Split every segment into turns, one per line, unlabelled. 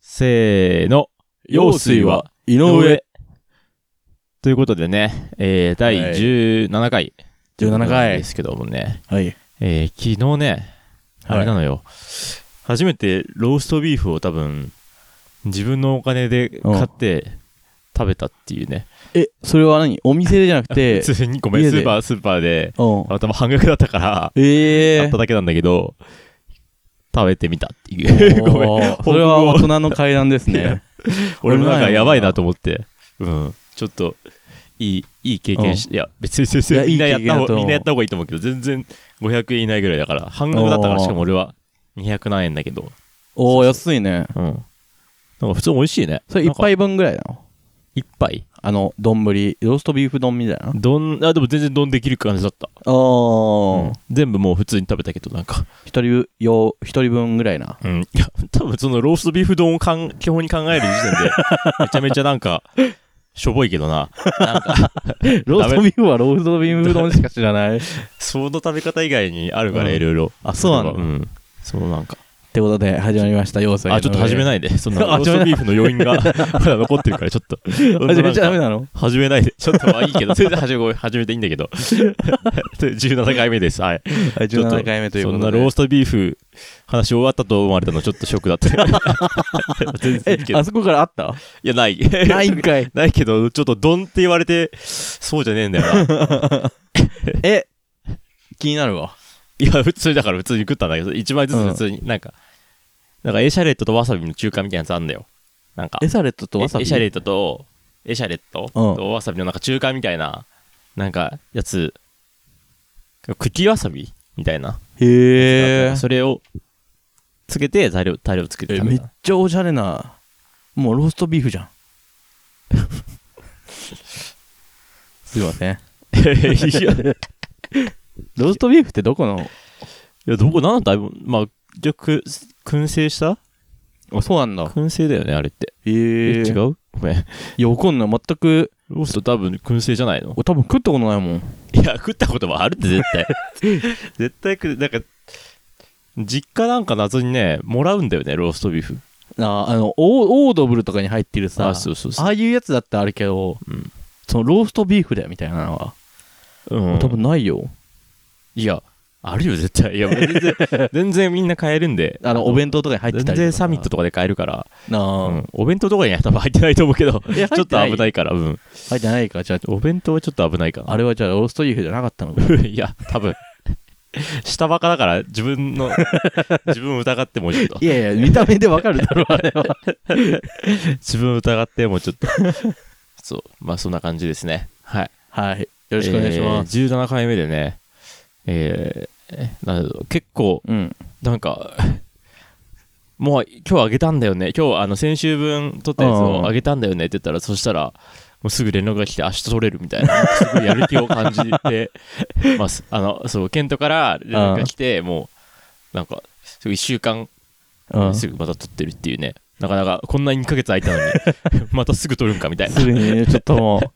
せーの。
用水は井上。
ということでね、えー、第
はい
17回。
17回
ですけどもね、
はい。
えー、昨日ね、
はい
あれなのよ、初めてローストビーフを多分、自分のお金で買って食べたっていうね。
え、それは何お店でじゃなく て、
普通にごめん、
家
ス
で
ーパー、スーパーで、
うん
た。またま半額だったから、
え
買
え
った
ー。
だけなんだけど、食べてみたっていう。 ごめん。
おーそれは大人の階段 です
いや
ね。
俺もなんかやばいなと思って、うん、ちょっと、いい、いい経験し、いや、別に先
い
生、
や
みんない
い
やっ
経験
た
だ
方が、
と思う
みんなやった方がいいと思うけど、全然500円以内ぐらいだから、半額だったから、
おー
しかも俺は200何円だけど、
おお安いね。
うん。なんか普通に美味しいね。
それ一
なんか
杯分ぐらいなの
一杯
あの、丼、ローストビーフ丼みたいな。
どん、あ、でも全然丼できる感じだった。
お
うん全部もう普通に食べたけど、なんか、
一人用、一人分ぐらいな。
うん。いや、多分そのローストビーフ丼をかん基本に考 える時点で、めちゃめちゃなんか、しょぼいけどな。なんか、
ローストビーフはローストビーフ丼しか知らない。って
その食べ方以外にあるから、
うん
いろいろ。
あそうなの
ん。そうなんか。
ことで始まりました、要素
あ、ちょっと始め
い。
ない で。そんな、ロ
あ
ース
始
ト
めない
ビーフの余韻が まだ残ってるから、ちょっと。
始めちゃダメ
なんか
なの
始めないで。ちょっとまあいいけど、 全然始めごめん始めていいんだけど。17回目です。はい。
はい
ちょっと
17回目という
そ
こ
ん
と
な
で
ロー。ストビーフ、話終わったと思われたの、ちょっとショックだった。 全然いいけ
え、
ど。い
あそこからあった
や、ない。
ないんかい。
ないけど、ちょっとドンって言われて、そうじゃねえんだよな。
え、気になるわ。
いや、普通だから普通に食ったんだけど、1枚ずつ普通に、なんか、なんかエシャレットとわさびの中華みたいなやつあんだよ。なんか、
エサレットとわさ
エ
び。
エシャレットと、エシャレット
うん
とわさびのなんか中華みたいな、なんかやつ、茎わさびみたいな。
へえ。
それをつけて、材料、材料つけて
え
食
め
べ。
ったちゃおしゃれなもうローストビーフ じゃんすいません
いや、い
ローストビーフってどこの
やどこ、なんだったまあ、じゃあ、く、燻製した
あそうなんだ
燻製だよね、あれって。
え
え
ー、
違
う
うごめん。
いやわかんない全く
ロースト多分燻製じゃないの
お多分食ったことないもん
いや、食ったこともあるって、絶対。 絶対食う。なんか、実家なんか謎にね、もらうんだよね、ローストビーフ。
ああのオーオードブルとかに入ってるさ
あ、そうそうそ
ああいうやつだってあるけど、
うん
そのローストビーフだよみたいなのは、
う。うん、
多分ないよ
いや、あるよ、絶対。い や、全然、全然みんな買えるんで。
あのお弁当とかに入ってたり
全然サミットとかで買えるから、
なあ、
うんお弁当とかには多分入ってないと思うけど、
いや
ちょっと危ないいから、うん。
入ってないかじゃ
お弁当はちょっと危ないか
あ
な。
あれはじゃあローストビーフじゃなかったのか
いや、多分。下バカだから、自分 の、自分を疑ってもうちょっと
い。やいや見た目でわかるだろあれは
自分を疑ってもうちょっと。 そう、まあそんな感じですね。はい。
はい。よろしくお願いします。
す。17回目でね、えー、なんだろう結構、
うん。
なんか、もう今日あげたんだよね、今日あの先週分撮ったやつ
うん
をあげたんだよねって言ったら、そしたら、もうすぐ連絡が来て、明日取れるみたいな、すごいやる気を感じ てます。あの、そう、ケントから連絡が来て、もう、なんか、1週間
うん。
す
す
ぐまた撮ってるっていうね、なかなかこんな1ヶ月空いたの に、またすぐ撮るんかみたいな。
ぐに、ちょっとも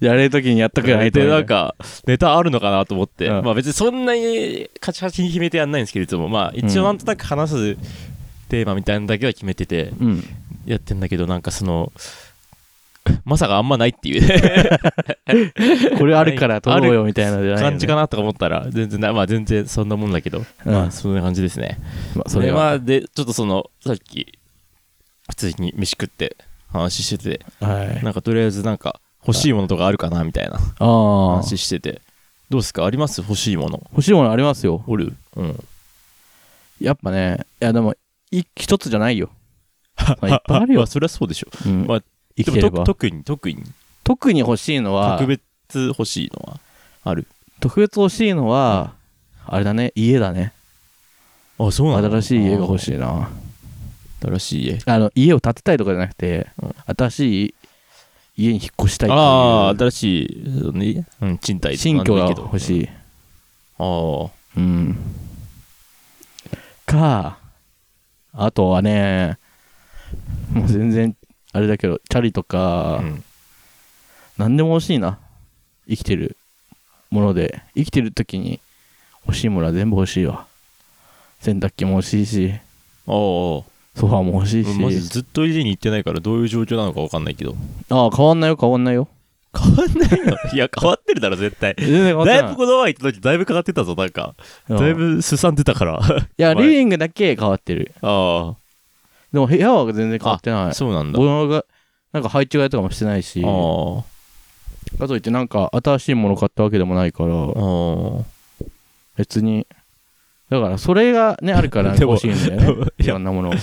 う、やれるときにやっとくやないと。
でなんかネタあるのかなと思って、
うん
まあ別にそんなにカチカチに決めてやんないんですけれどもまあ一応なんとなく話すテーマみたいなのだけは決めてて
うん。
やってんだけどなんかその まさかあんまないっていうね
これあるから撮ろうよみたいなのじゃないよね
感じかなとか思ったら全然なまあ全然そんなもんだけど、
うん
まあそんな感じですね
まあ
そ
そ
れ
れは。
はでちょっとそのさっき普通に飯食って話してて
はい。
なんかとりあえずなんか欲しいものとかあるかなみたいな
ああ。
話しててどうですかあります欲しいもの
欲しいものありますよ。
おるうん
やっぱね、いやでも、い一つじゃないよ。 まあいっぱいある
ま
よ。
それはそうでしょ。
うん
まあ
生きて
で
れ
も
ば
と。特に、特に、
特に欲しいのは
特、別欲しいのはある。
特別欲しいのは、あれだね、家だね。
あ、そうなんだ。
新しい家が欲
い。
しいな。
新しい家。
あの、家を建てたいとかじゃなくて
うん、
新しい家に引っ越したいっていう。
ああ、新しい、ねうん、賃貸
新居が
が
欲し
い。
い。
ああ、
うん。か、あとはね、もう全然、あれだけど、チャリとか、
うん
何でも欲しいな。生きてるもので、生きてる時に欲しいものは全部欲しいわ。洗濯機も欲しいし、
ああ、
ソファーも欲しいし、
マジずっと家に行ってないからどういう状況なのか分かんないけど
ああ変わんないよ変わんないよ
変わんないの いや変わってるだろ絶対
全然変わんな
だ
い
いぶこの前行った時だいぶ変わってたぞなんか
うん
だいぶすさんでたからあ
いや
前
リビングだけ変わってる
あ
でも部屋は全然変わってない
そうなんだあ
物がなんか配置換えとかもしてないしか
あ
といってなんか新しいもの買ったわけでもないから
あ
別にだからそれがねあるから
でも
欲しいんだよね
い
い
や
ろんなものをい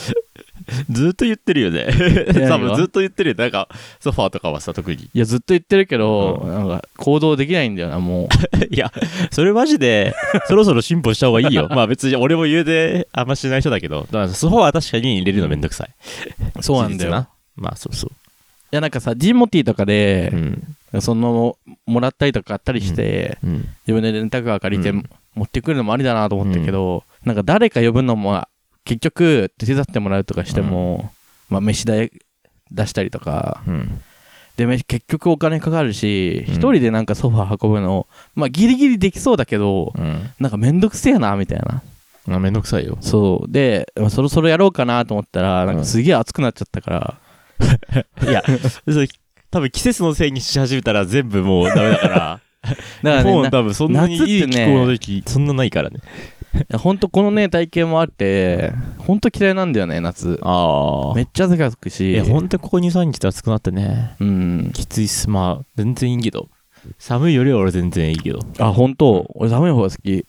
ずっと言ってるよね
が
多分ずっと言ってるよなんかソファーとかはさ特に
やずっと言ってるけど、
う
なんか行動できないんだよな も
いやそれマジでそろそろ進歩した方がいい よまあ別に俺も家であんましない人だけどだからソファーは確かに入れるのめんどくさいう
そうなんだ
事実
よい
なまあそうそ
やなんかさジモティとかで
う、ん
そのもらったりとか買ったりして、
うん
自分でレンタカー借りて、
うん
持ってくるのもありだなと思ったけど、なんか誰か呼ぶのも結局手伝ってもらうとかしても、まあ飯代出したりとか
うん
でめ結局お金かかるし
うん
一、人でなんかソファー運ぶのまあギリギリできそうだけど
うん
なんかめんどくせえなみたいな
まあめんどくさいよ
そうで、まあ、そろそろやろうかなと思ったらなんかすげえ熱くなっちゃったから、
いや、それ多分季節のせいにし始めたら全部もうダメだ から。
だから
も
ね
う
な
多分そんなにいい
夏って
気
ね
候の時、そんなないからね。
いやほんとこのね体験もあってほんと嫌いなんだよね夏
あ
めっちゃ汗かくし
え、ほんとここ2、3日暑くなってね。
うん
きついっす。まあ、全然いいけど。寒いよりは俺全然いいけど。
あ本当俺寒い方が好き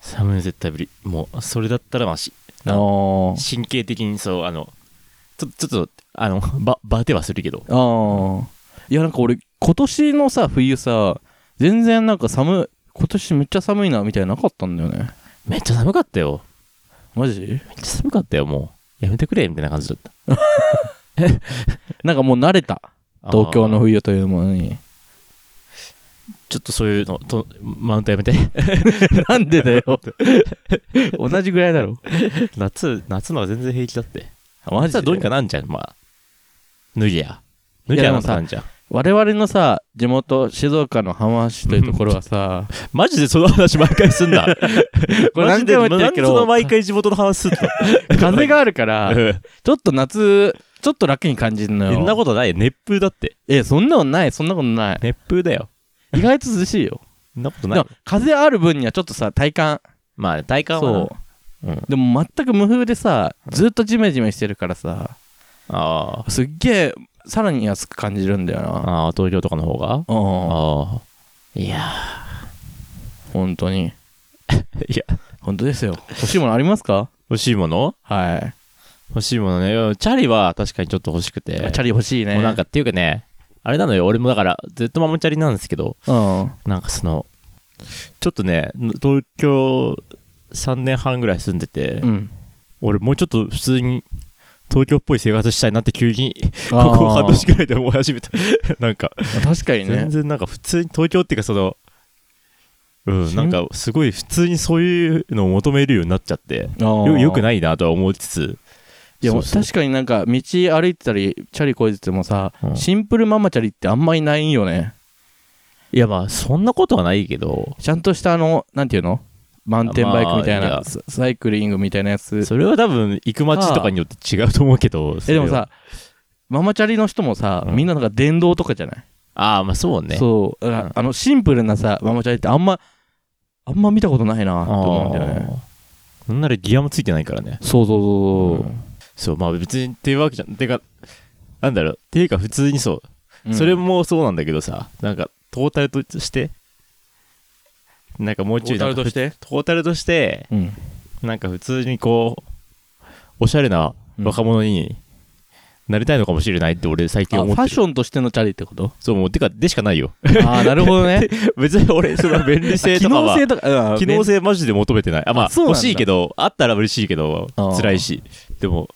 寒いの絶対無理。もう、それだったらマシ。
あー
神経的にそう、あの、ちょちょっと、あの、 ば、ばてはするけど。
あーいやなんか俺今年のさ冬さ全然なんか寒い今年めっちゃ寒いなみたいなのなかったんだよね
めっちゃ寒かったよ。
マジ
めっちゃ寒かったよ、もう。やめてくれ、みたいな感じだった。
なんかもう慣れた東京の
あー
冬というものに
ちょっとそういうの、とマウントやめて。
なんでだよ 同じぐらいだろ
夏、夏のは全然平気だって。
あマ
夏は
ジ
どうに
で
かなんじゃん、まあ。脱ぎや。脱ぎやなんかなんじゃん。
我々のさ地元静岡の浜市というところはさ
マジでその話毎回すんだ。
これ何回も言って
マ
るけ
ジでその
ど
毎回地元の話すんだ。
風 があるから
うん
ちょっと夏ちょっと楽に感じるの
そんな
よ
ことないよ。熱風だって。
えそんなことないそんなことない
熱風だよ。
意外と涼しい よ
そんなこと
で
ない
も。風ある分にはちょっとさ体感
まあ、体感はな。
そう、
うん
でも全く無風でさずっとジメジメしてるからさ
あ
すっげえさらに安く感じるんだよ
あ。
な
ああ、東京とかの方が
うん
ああ。いや
本当 に
ー、いや、
本当ですよ欲しいものありますか
欲しいもの
はい、
欲しいものねいや。チャリは確かにちょっと欲しくて。
チャリ欲しいね
もうなんか、っていうかね、あれなのよ。俺もだから、ずっとママチャリなんですけど、
うん
なんかその、ちょっとね、東京3年半ぐらい住んでて、
うん、
俺もうちょっと普通に東京っぽい生活したいなって急に、
こ
ここ半年ぐらいで思い始めた。 なんか、
確かにね
全然なんか普通に東京っていうかその、うん、
し
なんかすごい普通にそういうのを求めるようになっちゃって、よ
よ
よく
い
ないなとは思いつつ、
いや
そうそう
確かになんか道歩いてたりチャリこいでてもさ、
うん
シンプルママチャリってあんまりないよね
いやまあそんなことはないけど、
ちゃんとしたあのなんていうのマウンテンバイクみたい
まあい
な、
や
ササイクリングみたいなやつ
それは多分行く街とかによって違うと思うけど、それ
えで
は
も、さママチャリの人もさ、
うん
みんななんか電動とかじゃない、
ああまあそうね。
そうだから、
うん
あのシンプルなさママチャリってあんまあんま見たことないなと思うんだよね
あーなんならギアもついてないからね。
そうそうそうそう、
そう、まあ別にっていうわけじゃん。てか、なんだろう、っていうか普通にそう。
うん
それもそうなんだけどさ、なんかトータルとして、なんかもう
ト
ちょ
ー
い
タ
な
ル
んか
として
トータルとして、
うん
なんか普通にこう、おしゃれな若者になりたいのかもしれないって俺最近
あフ
思
ァ
って
ッ
る。
ションとしてのチャリってこと
そう、もうてか、でしかないよ。
ああなるほ どね
別に俺、その便利性
機
とか
能
は
性。とか、う ん
機能性マジで求めてない。あ、まあ、
そうなん
欲
だ
しいけど、あったら嬉しいけど、
あー
辛いし。でも、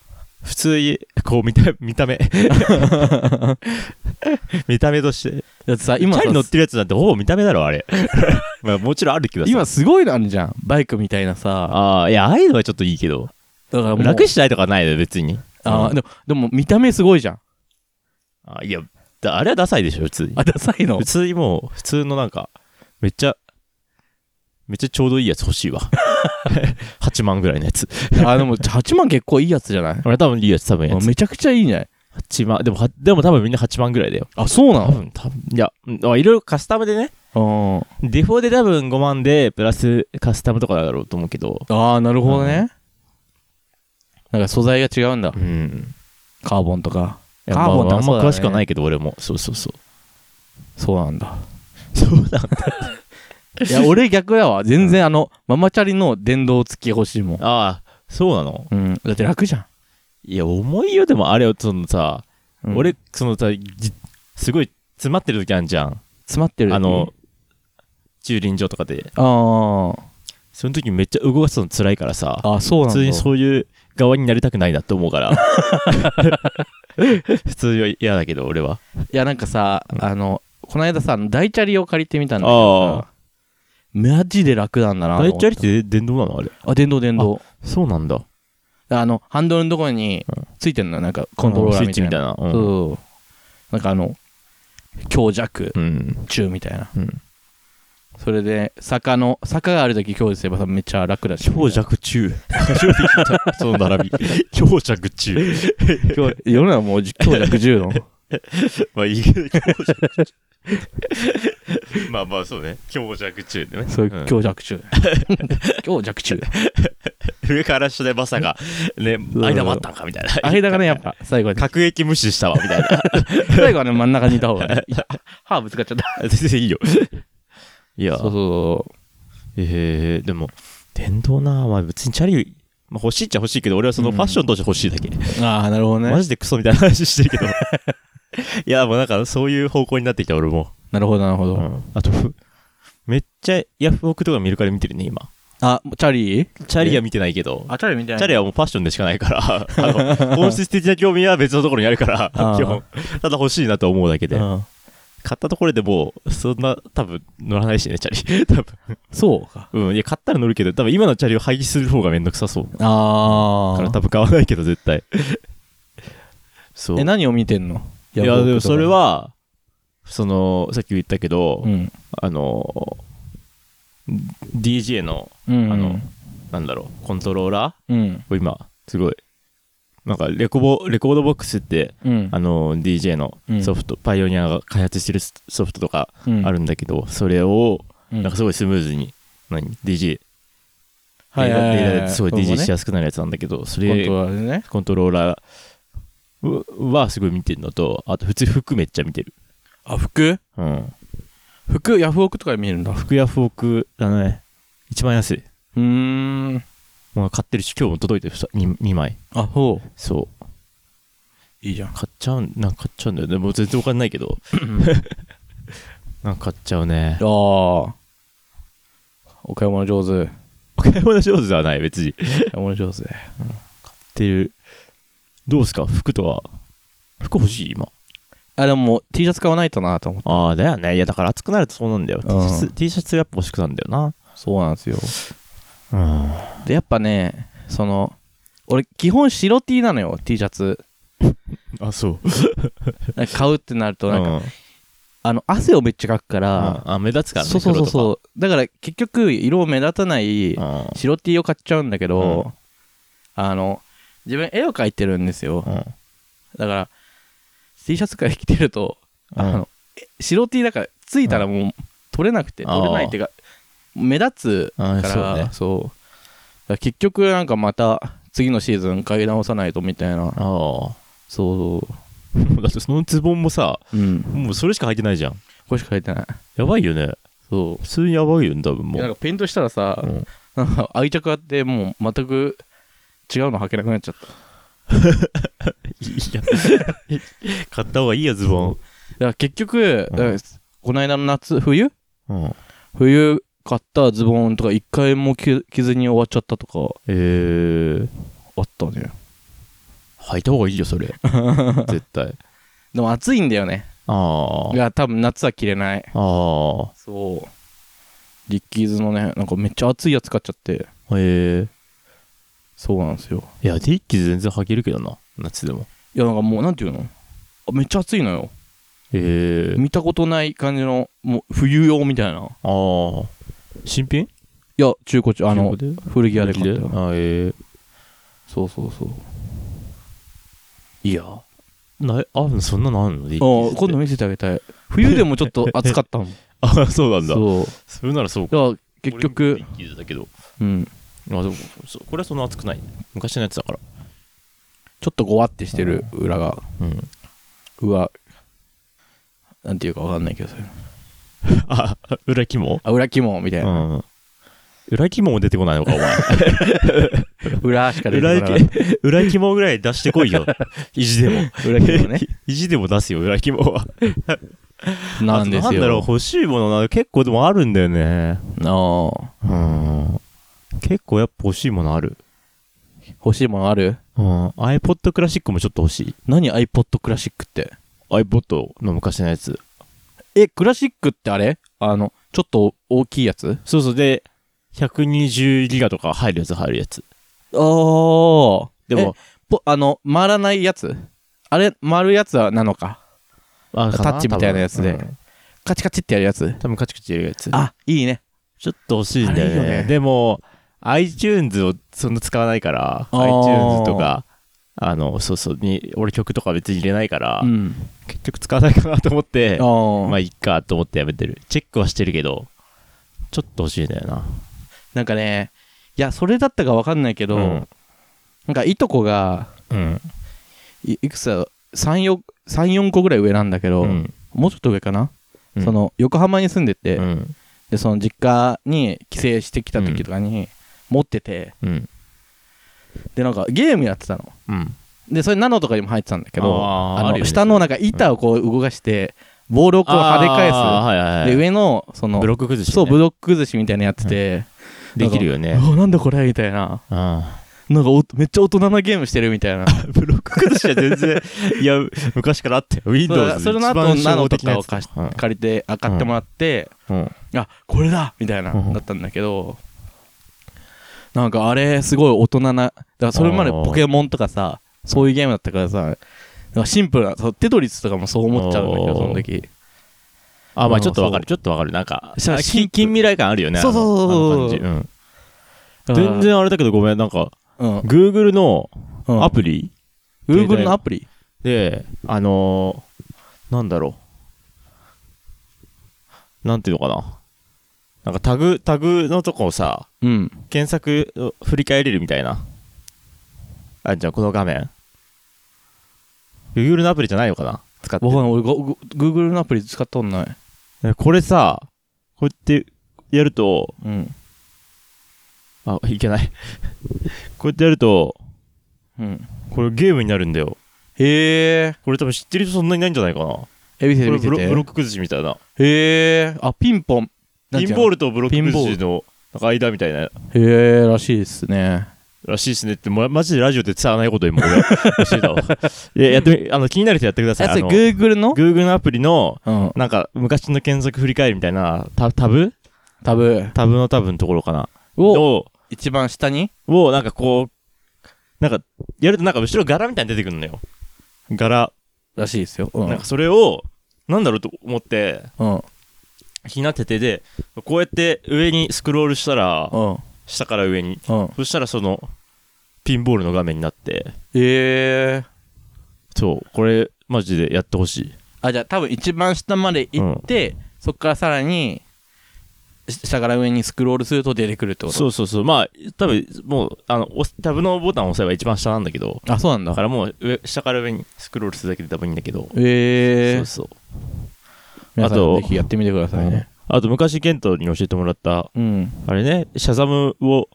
普通に、こう、見た、見た目。 見た目として。
だってさ
チ
今さ
ャリ乗ってるやつなんて、ほぼ見た目だろ、あれ。 まあ、もちろんあるけどさ。
今すごいのあるじゃんバイクみたいなさ
ああ、いや、ああいうのはちょっといいけど。
だからもう
楽しないとかないのよ、別に。
あ
う
ー
ん
でもでも見た目すごいじゃん
あいや、だあれはダサいでし ょ、普通に。
あダサい の
普通にもう、普通のなんか、めっちゃ、めっちゃちょうどいいやつ欲しいわ。 8万ぐらいのやつ。
あ、でも8万結構いいやつじゃない
俺多分いいやつ、多分いいやつ。
めちゃくちゃいいんじゃない
8万、でも、はでも多分みんな8万ぐらいだよ。
あ、そうな
多分、多分、いや、うんあいろいろカスタムでね、
の
デフォで多分5万で、プラスカスタムとかだろうと思うけど、
ああ、なるほどね。なんか素材が違うんだ
う。ん。
カーボンとか。
いやまあ
カーボンとか
あん
そう
ま
だね
詳しくはないけど、俺も。そうそうそう。
そうなん だ。
そうなんだ。
いや、俺逆やわ。全然あの、ママチャリの電動付き欲しいもん。
ああ、そうなの
うん。だって楽じゃ
いや、重いよ、でもあれを、そのさ、
ん。うん、
俺、そのさ、じすごい詰まってる時あるじゃん。
詰まってる。
あの、、駐輪場とかで。
あ
その時めっちゃ動かすの辛いからさ、
あ。あ、そうなん
普
だ。
通にそういう側になりたくないなって思うから。普通は嫌だけど、俺は。
いや、なんかさ、あの、この間さ、大チャリを借りてみたんだけど
あ
さ、マジで楽なんだなと
大
思って。
チャリって電動なのあれ。
あ、電動電動。
そうなんだ。
あの、ハンドルのところについてんのよなんかコントローラ
ス
ー
イッ
みた
チ
い
み
な
たい。な。うん
そう。なんかあの、強弱、
うん。
中みたいな。
うん
それで、坂の、坂があるとき強弱すればさめっちゃ楽だし。
強弱中。その並び。強弱中。
強世の中もう強弱10の。
まあいいけど、強弱中。まあまあそうね。強弱中でね。
そう
う
い
ん
う強弱中。強弱中。
上から下でまさか、ね、
そう
間もあったんかみたいな。
間がね、やっぱ最後はね、
各駅無視したわ、みたい な。
最後はね、真ん中にいた方が ね。いや歯ぶつかっちゃった。
全然いい よ。いや、
そうそうそう。
えー、でも、電動な、まあ別にチャリ、まあ、欲しいっちゃ欲しいけど、俺はその
うん
ファッションとして欲しいだけ。
ああ、なるほど
マ
ね。
ジでクソみたいな話してる けど。いや、もうなんかそういう方向になってきた俺も。
なるほど、なるほ
う
ど。
ん、あと、ふめっちゃヤフオクとか見るから見てるね、今。
あ、チャリ
チャリは見てないけど。
あ、チャリみたい
チャリ
な。
はもうファッションでしかないから、あ の、本質的な興味は別のところにあるから、
あー
基本、ただ欲しいなと思うだけで。
うん
買ったところでもう、そんな、多分乗らないしね、チャリ。多 分。
そうか。
うん、いや、買ったら乗るけど、多分今のチャリを廃棄する方がめんどくさそう。
あ
から
あ
多。分買わないけど、絶 対。そう。
え、
い
何を見てんの
や、でもそれ、は、その、さっき言ったけど、
うん。
あの、DJ の、
うん。
あの、なんだろう、コントローラ
うん。
ーを今、すごい、なんかレコボ、レコードボックスって、
うん。
あの、DJ のソフト、パイオニアが開発してるソフトとか
うん
あるんだけど、それを、
うん
なんかすごいスムーズに、何 ?DJ。
はいはいはいはい
データデータですごい
そうね
DJ しやすくなるやつなんだけど、そ
コン
れ
ト、ローラーでね。
コントローラーはすごい見てるのと、あと普通服めっちゃ見てる。
あ、服
うん。
服、ヤフオクとかで見えるんだ。
服やフォークだね。一番安い。
うーん。
もう買ってるし、今日も届いてる 2, 2枚。
あ、そう。
そう。
いいじゃん。
買っちゃうん、なんか買っちゃうんだよね。もう全然わかんないけ ど。なんか買っちゃうね。
ああ。お買い物上手。
お買い物上手ではない、別に。買っ
お買い物上手。
てる。どうすか服とは。服欲しい今。
あ、でももう T シャツ買わないとなと思って。
ああ、だよね。いや、だから暑くなるとそうなんだよ。T シャ
う
ツ、T シャツやっぱ欲しくなるんだよ
そうなんですよ。
な。
で、やっぱね、その、俺、基本白 T なのよ、T シャ ツ。
うん。あ、そう。
なんか買うってなると、なんか、
うん
あの、汗をめっちゃかくから、
あ、目立つからね。
そうそうそう
黒と
そう。だから、結局、色を目立たない、
か。
白 T を買っちゃうんだけど、あの自分絵を描いてるんですよ
うん。うん
だから T シャツから着てると、あのえ白 T だからついたらもう取れなくて、
あー
取れないっていうか目立つ
あ
か
ーそう
ら
ね
そう,、だから結局なんかまた次のシーズン買い直さないとみたいな
あ
そ
あ。 だってそのズボンもさ、
ううん
もうそれしか履いてないじゃん。
これしか書いてない
やばいよね。
そ
普通にやばいよね、多分
う
も
なん
う。
かペイントしたらさ、
うん
なんか愛着あってもう全く違うの履けなくなっちゃっただか
いや買った方がいいや、ズボ
ら結局、
うん
だからこの間の夏冬
ン。うん。
冬買ったズボンとか一回も着着ずに終わっちゃったとか
えー、
あったね
履いた方がいいよ、そ れ。絶対。
でも暑いんだよね
ああ。
いや多分夏は着れない
あ
そうリッキーズのねなんかめっちゃ暑いやつ買っちゃって
あ。えー。
そうなんですよ
いや、ディッキー全然履けるけどな。夏でも。
いやなんかもうなんていうのあめっちゃ暑いのよ
えー。
見たことない感じのもう冬用みたいない
ああ。新品
いや、中古中、あの、
中古で
古着屋で買ったよ。
あえ
そうそうそう。いや。あ
ー、ないあそんなのあるの
今度見せてあげたい。冬でもちょっと暑かったもん。
あ そうなんだ
そう。
それならそうか
だから結局
俺、も一気だけど
うん、
あでもそうこれはそんな熱くない昔のやつだから
ちょっとごわってしてる裏が、
うん
うわ、なんていうかわかんないけど、それ
あ裏肝
あ、裏肝みたいうな。
ん裏肝も出てこないのかお前
裏しか出てこ
裏肝
なかった
裏肝ぐらい出してこいよ 意地でも
裏肝ね。
意地でも出すよ裏肝は
なんです よ。
あとなんだろう欲しいものな結構でもあるんだよね
ああ
うん結構やっぱ欲しいものある
欲しいものある
うん iPod クラシックもちょっと欲しい
何 iPod クラシックって。
iPod の昔のやつ
え、クラシックってあれあの、ちょっと大きいやつ
そうそうで120ギガとか入るやつ入るやつ
ああ。
で
で
も
も、ぽあの、回らないやつあれ、回るやつはなのか。
あ
タッチみたいなやつで
多分,うん、
カチカチってやるやつ。
多分カチカチやるやつ
あ、いいね。
ちょっと欲しいんだよね
あれいいよね
でも iTunes をそんな使わないから
あー
iTunes とかあのそうそうに俺曲とか別に入れないから、
うん。
結局使わないかなと思って
あー
まあいいかと思ってやめてるチェックはしてるけどちょっと欲しいんだよな
なんかね、いや、それだったかわかんないけど、
うん
なんかいとこが、
うん
いいくつだ3、4、3 4個ぐらい上なんだけど、
うん
もうちょっと上かな、
うん
その、横浜に住んでて、
うん
で、その実家に帰省してきた時とかに、持ってて、
うん
で、なんかゲームやってたの。
うん
で、それナノとかにも入ってたんだけど、
あー
あ
あ
の
るよね
下のなんか板をこう動かして、ボールをこう跳ね
あー
返
はいはいは
す。
い
で、上の、その、
ブロック崩し、ね、
そう、ブロック寿司みたいなのやってて、
できるよ
う
ね
わなんだこれみたいな。
あ
なんかおめっちゃ大人なゲームしてるみたいな。
ーブロック崩しは全然いや昔からあったよ Windows
そ
で
れ
一
の後
番
ナ
初
ノ
動
と
的な
か
や
を
つ
貸し
うん
借りてあ買ってもらって、
うん
あこれだみたいな、
うん
だったんだけどなんかあれすごい大人なだからそれまで
あー
ポケモンとかさそういうゲームだったからさなんかシンプルなそうテトリスとかもそう思っちゃうんだけ
あ
ど
ー
その時
あ、ま
う
あ
ん
ちょっとわかる、
そう
ちょっとわかる。なんか、
そう
あ
シ
近
ンプル
近未来感あるよね。あの
そうそうそうそう
あの感じうん全然あれだけどごめん、なんか、
うん、うん、
Google のア
プ
プリ
Google のアプリ
で、あのー、なんだろう。なんていうのかな。なんかタグ、タグのとこをさ、
うん
検索を振り返れるみたいな。あ、じゃあこの画面。Google のアプリじゃないのかな使って
僕は俺ご Google のアプリ使ったことない
る。これさ、こうやってやると、
うん
あ、いけない。 こうやってやると、
うん
これゲームになるんだよ。
へー
これ多分知ってる人そんなにいないんじゃないかな。こ
え見せ
れ
て見
ブ
せ
ロブロッ
て
ク崩しみたいな。
へーあピンポン
ピンボー
ル
ルとブロック崩しのなんか間みたいな。
へーらしいですね
らしいですねって、ま、マジでラジオで伝わらないこと今俺教えたわ。いや、やってみ、あの、気になる人やってください。
あ
あ
それ
の、
Google の
Google のアプリの、
うん
なんか、昔の検索振り返るみたいな、タタブ
タブ
タブのタブのところかな。
を
を、
一番下に
を、なんかこう、なんか、やるとなんか後ろ柄みたいに出てくるのよ。柄。
らしいですよ。うん。
なんかそれを、なんだろうと思って、
うん。
気になってて、で、こうやって上にスクロールしたら、
うん。
下から上に、
うん。
そしたらその、ピンボールの画面になって、
ええー。
そう、これ、マジでやってほしい。
あ、じゃあ多分一番下まで行って、そっからさらに、し下から上にスクロールすると出てくるってこと
そうそうそう、まあ、多分もう、あの、押すタブのボタンを押せば一番下なんだけど、
あ、そうなん
だか
だ。
らもう上、下から上にスクロールするだけで多分いいんだけど、
ええ
そうそ
ー。
う。
皆さん
あと
ぜひやってみてくださいね。
あと、昔、ケントに教えてもらった、
うん。
あれね、シャザムを、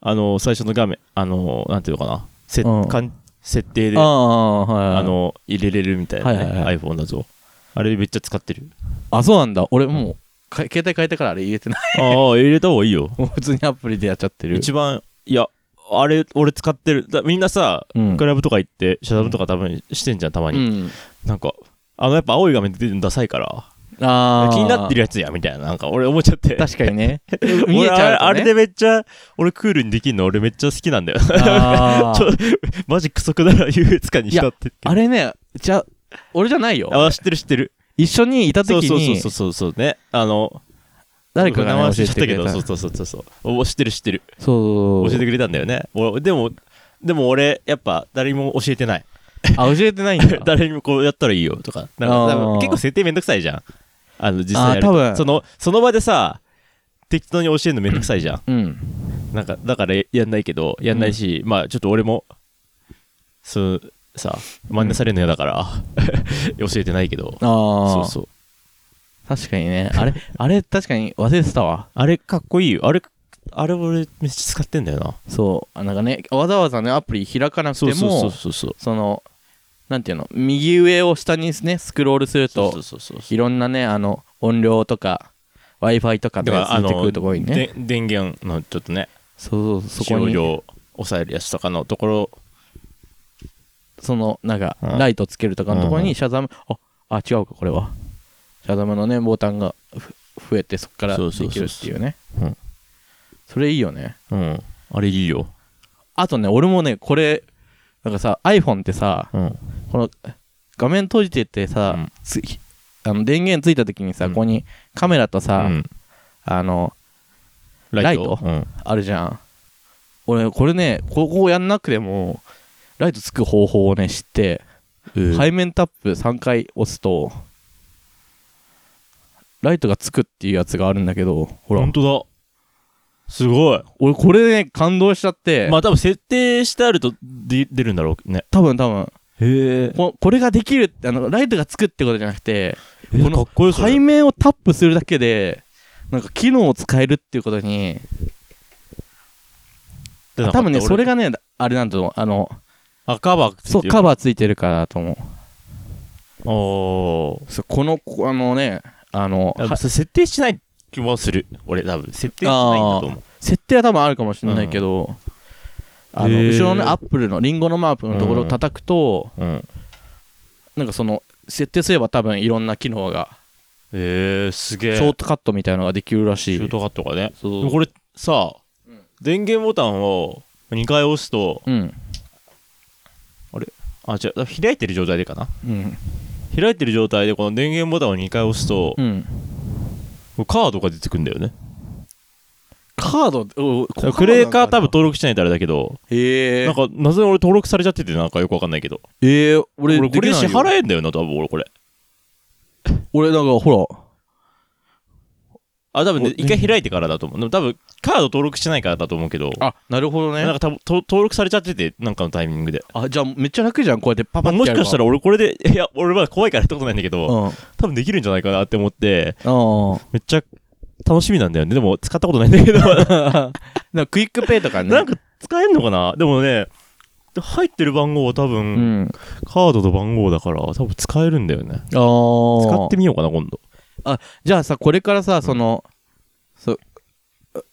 あの、最初の画面、あの、なんていうのかな、せ
うん
かん設定で
あ、あ、はい。
あ、の入れれるみたいな、ね
はいはいは
iPhone だぞあれめっちゃ使ってる
あ、そうなんだ。俺もう、か携帯変えてからあれ入れてない。
ああ入れた方がいいよ
もう普通にアプリでやっちゃってる。
一番いやあれ俺使ってるだみんなさ
うん。
クラブとか行ってシャダムとか多分してんじゃんたま
う
に、
ん。
なんかあのやっぱ青い画面出てるのダサいから
ああ。
気になってるやつやみたいななんか俺思っちゃって
確か にね。
俺
見えちゃう、ね、
あれあれでめっちゃ俺クールにできるの俺めっちゃ好きなんだよ
あー
ちょマジクソくだら優越感に浸ってる
あれね、じゃ、俺じゃないよ。
あ知ってる知ってる
一緒にいた時
そう
に
そうそうそうそうねあの
誰かが
名
ね、
前
教
忘れ
え
ちゃってた
く
け
れ
ど
た。
そうそうそうそうそうお知ってる知ってる
そ
教
う
えてくれたんだよね俺でもでも俺やっぱ誰にも教えてない
あ、教えてないん だ。
誰にもこうやったらいいよとかなんか
あー
多分結構設定めんどくさいじゃんあの実際やると
あー多分
そのその場でさ適当に教えるのめんどくさいじゃん
うん。
なんかだからやんないけどやんないし、まあちょっと俺もそうさ真似されるの嫌だから、 教えてないけど
あ
そう
あ、
そう
確かにね。あれ、あれ、確かに忘れてたわ。
あれかっこいいよあれあれ俺めっちゃ使ってんだよな
そう。あなんかね、わざわざね、アプリ開かなくて
そうそうそ
も
う、そうそう
その、なんていうの、右上を下にね、スクロールする
そうそ
と
う、そうそう
いろんなね、あの、音量とか、Wi-Fi とか
だ
で
からあ
出てく
の
るところにね。
で電源のちょっとね
そうそう、そ
使
こ
用
に、
量を抑えるやつとかのところ
その、なんか、
うん
ライトつけるとかのところ
うん
に、シャザム、あ、あ、違うか、これは。シャザムのね、ボタンがふ増えて、そこから
そう
で
そうそう
きるっていうね
うん。
それいいよね。
うんあれいいよ
あとね、俺もね、これ、なんかさ、iPhone ってさ、
うん
この画面閉じててさ、
うん
つあの電源ついた時にさ、
うん
ここにカメラとさ、
うん
あの、
ライト
ライトあるじゃん。俺、これね、ここをやんなくても、ライトつく方法をね、知って、
うん
背面タップ3回押すと、ライトがつくっていうやつがあるんだけど、ほら
本、当だすごい
俺これね、感動しちゃって、
まあ多分設定してあるとで出るんだろうね
多分多分
へえ
こ、これができるって、あの、ライトがつくってことじゃなくて、
え
この
かっこよそれ
背面をタップするだけでなんか機能を使えるっていうことに
出なかった
多分ね
俺
それがねあれなんだと思うあの
あカバー
そうカバーついてるからだと思う
ーお
そうこのこあのねあの
ー
は
設定しない気もする俺多分設定しないんだと思う
設定は多分あるかもしれないけど、あの
へー
後ろのねアップルのリンゴのマークのところを叩くと、
うん
なんかその設定すれば多分いろんな機能が
へえす
シ
げえ
ョートカットみたいなのができるらし
シ
い
ュートカットがね
そう
でもこれさ電源ボタンを2回押すと
うん
あ違う開いてる状態でかな
うん
開いてる状態でこの電源ボタンを2回押すと
うん
カードが出てくんだよね
カードお
クレーカー多分
と
登録しないとあれだけど
へえ
なんか謎に俺登録されちゃっててなんかよくわかんないけど
えー、俺
俺これ
できない
支
よ
払えんだよな多分俺これ
俺なんかほら
あ多分ね
お
一回開いてからだと思うでも多分カード登録してないからだと思うけど
あなるほど
なんか多分と登録されちゃっててなんかのタイミングで
あじゃあめっちゃ楽じゃんこうやってパパ
まあ
って
もしかした
ら
ら俺これで いや俺まだ怖いからやったことないんだけど
うん
多分できるんじゃないかなって思って
うん
めっちゃ楽しみなんだよねでも使ったことないんだけど
なんかクイックペイとかね
なんか使えんのかなでもね入ってる番号は多
う
分
ん
カードと番号だから多分使えるんだよね
あー
使ってみようかな今度
じゃあさこれからさその、そう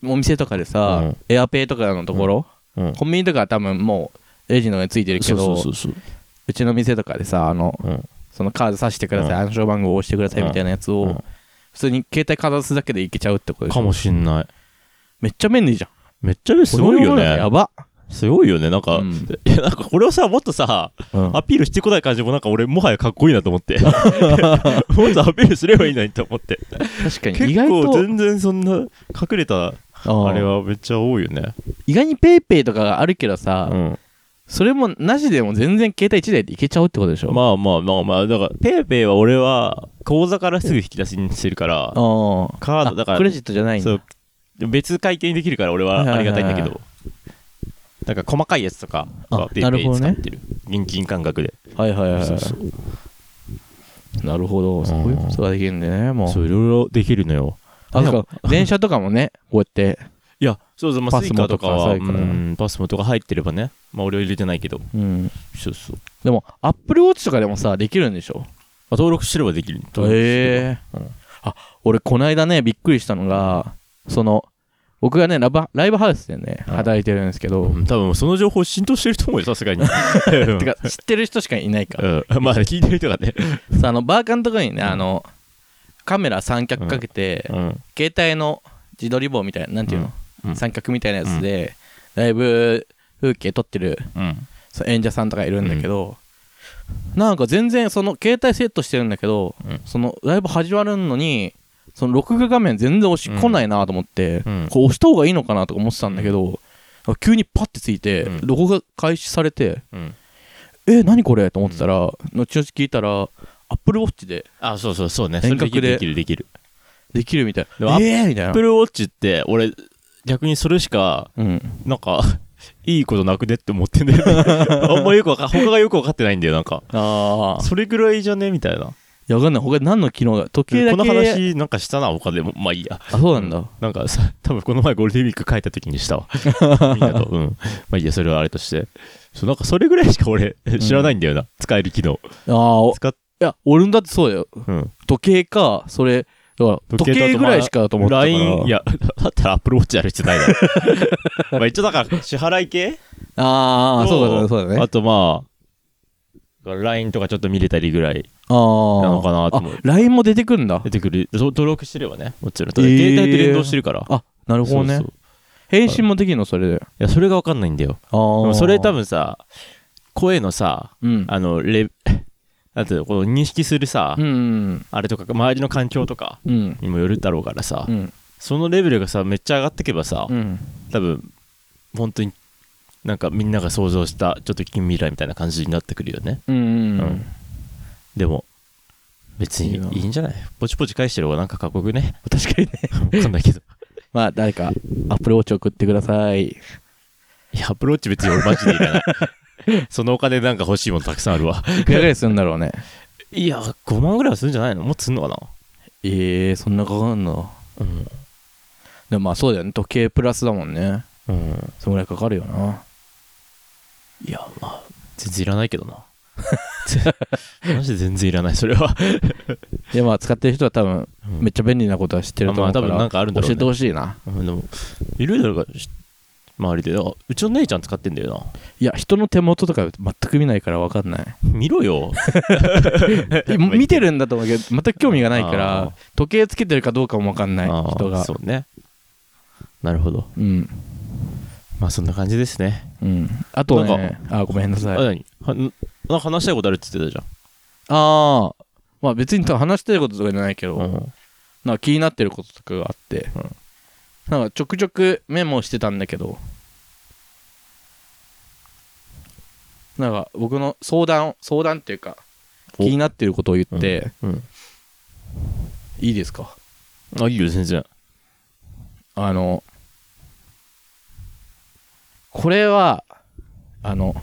お店とかでさ、
うん
エアペイとかのところ、
うん
コンビニとかは多分もうレジの上についてるけ
そ
ど
う
う
そうそうそう
ちの店とかでさあの
うん
そのカード刺してください、暗証番号を押してくださいみたいなやつを、
うん
普通に携帯かざすだけでいけちゃうってことでし
か
ょ
もしんない
めっちゃ便利じゃん
めっちゃすごいよ
この世の中
ね
やば、
すごいよねなんか、
うん
いやなんかこれをさもっとさ
うん
アピールしてこない感じもなんか俺もはやかっこいいなと思って もっとアピールすればいいのにと思って
確かに
結
意外
構
と
全然そんな隠れた
うん
あれはめっちゃ多いよね
意外にペイペイとかがあるけどさ、
うん
それもなしでも全然携帯1台でいけちゃうってことでしょ
まあまあまあまあだからペイペイは俺は口座からすぐ引き出しにしてるから
ああ
カードだから
クレジットじゃないんだ
そう別会計にできるから俺はありがたいんだけ
はいはいはい
どなんか細かいやつとかは
あ
ペイ
なる
ペイ
ほど
使
ね
ってる現金感覚で
はいはいはい
そうそ
なるほどそういうことができるんでねもう
そういろいろできるのよ
あそうか電車とかも ねこうやって
いやそうそうまあ
パ
ス
ス
イ
モ
カと
とか
かは
そういうから
うんパスモとか入ってればねまあ俺は入れてないけど
うん
そうそう
でもアップルウォッチとかでもさできるんでしょ
まあ登録してればできる登録してれば
ええあ俺この間ねびっくりしたのがその僕がねラバライブハウスでね
うん
働いてるんですけど、
うん多分その情報浸透してると思うよさすがにうん
てか知ってる人しかいないから
うんまあ聞いてる人がね
さあのバーカンのとこにね、
うん
あのカメラ三脚かけて、
うん
携帯の自撮り棒みたいななんていうの、
うんうん
三脚みたいなやつで、ライブ風景撮ってる
うん
その演者さんとかいるんだけど、なんか全然その携帯セットしてるんだけど、
うん
そのライブ始まるのにその録画画面全然押し来ないなと思って、
うん
こう押した方がいいのかなとか思ってたんだけど、急にパッてついて、
うん
録画開始されて、
うん
え、何これと思ってたら、後々聞いたら、Apple Watch で
あそうそうそうねそれ
遠
で
隔
きる
で
できるできる
できるみたい
でも
な。えーみたい
ア
な
ップ。ルウォッチって俺逆にそれしか
うん、
なんか いいことなくねって思ってんだよ ねあんまよくわか他がよく分かってないんだよなんか
ああ。
それぐらいじゃねみたいない
や、わかんない。他に何の機能だ時計だけ
この話なんかしたな他でもまあいいや
あ、そうなんだ。
なんかさ多分この前ゴールデンウィーク帰った時に したわみんなとうんまあいいやそれはあれとしてそうなんかそれぐらいしか俺知らないんだよな、使える機能
ああ、おい
使っ
や、俺んだってそうだよ。
うん
時計か、それ、だから
時計と
時計ぐらいしかと思ってたから。
LINE いや だったらアップルウォッチある必要 ないだろまあ一応だから支払い系
ああ、そうだね、そうだね。
あとまあ LINE とかちょっと見れたりぐらい
あー
なのかなと思う
あ LINE も出てくるんだ
出。てくるそう登録してればねもちろんただ
えー
携帯と連動してるから、
あ、なるほどね。
そうそう
返信もできるの、それで。
いやそれが分かんないんだよ
あ
で
ー
もそれ多、分さ声のさ
うん。
あのレ なんていうのこう認識するさ、
うん。
あれとか周りの環境とか
うん。
にもよるだろうからさ、
うん。
そのレベルがさめっちゃ上がってけばさ、
うん。
多分本当になんかみんなが想像したちょっと近未来みたいな感じになってくるよね
うん。うん
うんでも別に
いいない
いんじゃないポチポチ返してる方がなんか過酷ね
確かにね。
分かんないけど
まあ、誰か、アプローチ送ってください。
いやアプローチ別に俺マジでい らないそのお金なんか欲しいものたくさんあるわ
いくらぐらいするんだろうね。
いや5万ぐらいはするんじゃないのもっとすんのかな
ええー、そんなかかんの
うん、
でもまあ、そうだよね。時計プラスだもんね。
うん、
そんぐらいかかるよな。
いやまあ全然いらないけどな マジで全然いらないそれは、
で、まあ、使ってる人は多分、
うん
めっちゃ便利なことは知ってると思うか
ま
ら、
あ多分なんかあるんだろうね
教えてほしいな。
うんでもいるだろうがし周りであうちの姉ちゃん使ってんだよ
いや、人の手元とか全く見ないから分か んない。
な見ろよ
え見てるんだと思うけど、全く興味がないか
あー
ら、時計つけてるかどうかも分かんない、
あー
人が。
そうねなるほど
うん。
まあそんな感じですね、
うん。あと
な
ね、あー、ごめんなさい。
あ
あ
何はんなんか話したいことあるって言ってたじ
あー、まあ別に多分話してることとかじゃないけ
ゃ
ど、
ん、うん
なんか気になってることとかがあって、
うん
なんかちょくちょくメモしてたんだけど、なんか僕の相談を、相談っていうか、
お
気になってることを言って、
うん、
いいですか
あいいよ全然
あの、これは、あの、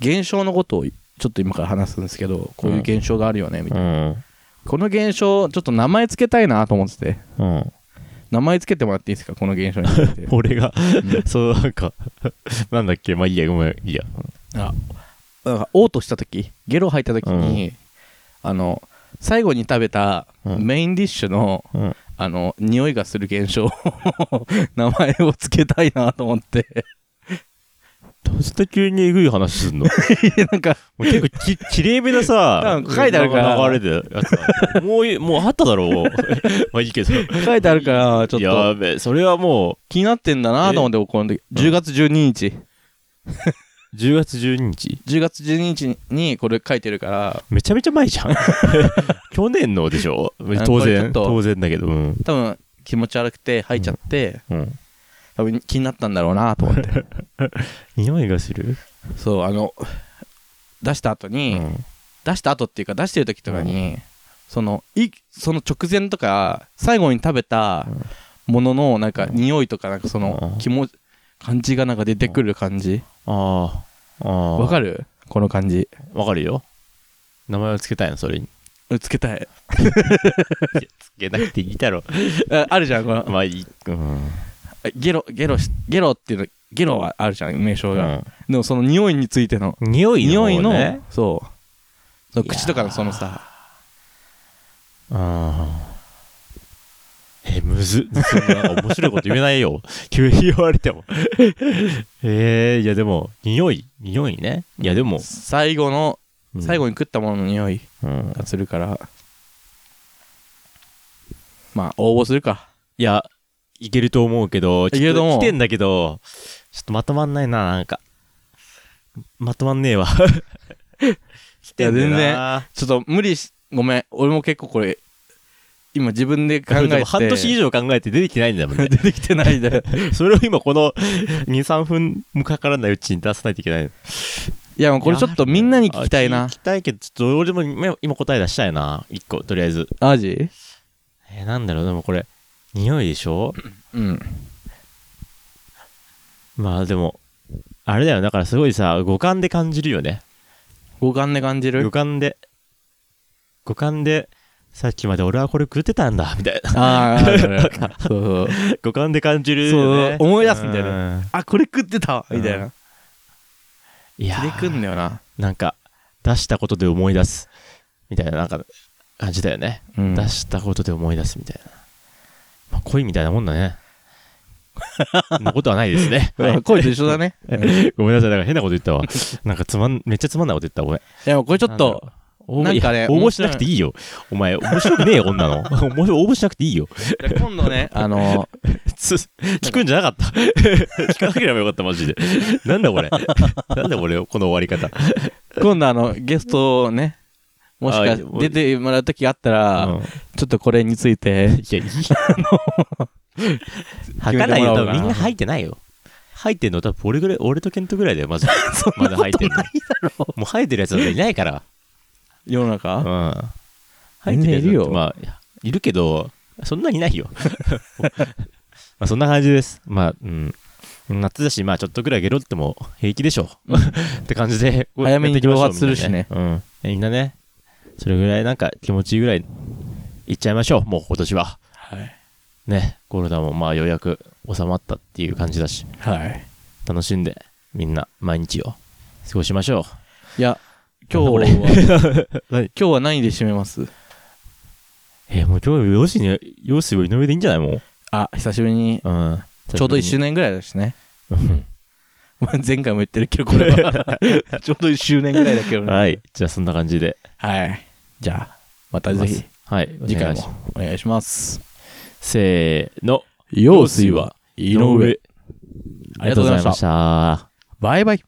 現象のことをちょっと今から話すんですけど、こういう現象があるよね、みたいな。
ん
この現象、ちょっと名前つけたいなと思ってて、
うん、。
名前つけてもらっていいですか、この現象について
俺が、
ん
そうなんかなんだっけまあいいやごめんいいや
あなんか、嘔吐した時ゲロ吐いた時に、あの、最後に食べた
うん
メインディッシュの、
うん
あの、匂いがする現象を 名前をつけたいなと思って、
どうして急にえぐい話すんのも
なんか、
う結構ききれいめなさ
なんか書いてあるから
流れでやつだ もういもうあっただろう まあいいけど
書いてあるから、ちょっと。
やべえそれはも
気になってんだなと思って、この時。
ん
10月12日。
う10月12日
10月12日にこれ書いてるから、
めちゃめちゃ前じゃん 去年のでしょ当
あこれちょ
然
っと
当然だけどうん、
多分気持ち悪くて吐いちゃって、
うん、
多分気になったんだろうなと思 って。
匂いがする、
そう、あの、出した後
う
に、
ん、
出した後っていうか出してる時とかに、その、い、その直前とか、最後に食べたものの、なんか
うん
匂いとか、なんかそ
うん
の、気持ち、感じがなんか出てくる感じ。
あーあー
わかるこの感じ。
わかるよ名前をつけたいのそれに
つけたい。
つけなくていいだろ
ああるじゃん、この、
まあいい、うん
ゲロ、ゲロし、ゲロっていうの、ゲロはあるじゃん、名称
う
が。
ん、
でもその匂いについての、
匂いの
匂
方ね
いの、そう。その
いやー
口とかのそのさ、
あーえむず そんな面白いこと言えないよ急に言われても えー、いやでも匂い匂いねいやでも、
最後
う
の、
ん
最後に食ったものの匂い
うん、
がするから、まあ、応募するか。
いや、いけると思うけど、ち
い
ょ
け
っ
ると思
と
う
来てんだけど、ちょっとまとまんないな、なんか。まとまんねえわ。来てんだよな。
ちょっと無理し、ごめん、俺も結構これ、今自分で考え
で
て
も半年以上考えて出てきてないんだもんね
出てきてないで
それを今この23分もかからないうちに出さないといけない
いやもうこれちょっとみんなに聞きたい
あ
な
聞きたいけどちょっと俺も今今答え出したいな一個とりあえず
アジ
えーなんだろうでもこれ匂いでしょ
うん
まあでもあれだよだからすごいさ五感で感じるよね
五感で感じ
五
る
感で五感でさっきまで俺はこれ食ってたんだみたいな
ああるあるあるそうそう
五感で感じるよ、ね、
そう思い出すんだよね
ね
あこれ食ってたわみたい
うん
ない
や
切れ
ー
くんだよな、
なんか出したことで思い出すみたいななんか感じだよね、
うん
出したことで思い出すみたいな、まあ、恋みたいなもんだ ねそんなことはないですね、はい
うん恋と一緒だね、うんい
ごめんなさいなんか変なこと言ったわなんかつまんめっちゃつまんないこと言ったごめん
やもうこれちょっと
応募
なんかね
いや応募しなくていいよお前面白くねえよこんなの 面白い応募しなくていいよ
いや今度ねあの
つ聞くんじゃなかった 聞かなければよかったマジでなんだこれなんだこれこの終わり方
今度あのゲストをねもし
あ
か
もう
出てもらう時があったら、
うん
ちょっとこれについて
いや、いい。吐かないよ。多分 みんな吐いてないよ。吐いてんの多分俺ぐらい、俺とケントぐらいだよ、まず。
そ
まだ吐いてんの。も
だろ
う吐いてるやつなんていないから。
世の中、
うん。
みんないるよ
吐いてやつなんてまあ、いるけど、そんなにいない よ。まあ、そんな感じです。まあ、うん。夏だし、まあ、ちょっとぐらいゲロっても平気でしょう。 って感じで、
早めに
やっていきまょう
蒸発するしね
みんなねうん。みんなね、それぐらいなんか気持ちいいぐらいいっちゃいましょう、もう今年は。
はい
ね、コロナもまあようやく収まったっていう感じだし、
はい
楽しんでみんな毎日を過ごしましょ
いや今日
なんだ
は
う。何
今日は何で締めます
えーもう今日、よしに、よしを井上でいいんじゃないもう。
あ久しぶりに
うん。
ちょうど1周年ぐらいだしね
うん。
まあ 前回も言ってるけどこれ はちょうど1周年ぐらいだけどね
はい。じゃあそんな感じで。
はいじゃあまたぜひ
はい。
次
お願
回
いし
もお願いします
せーの。
陽水は井上
ありがとうございました。
バイバイ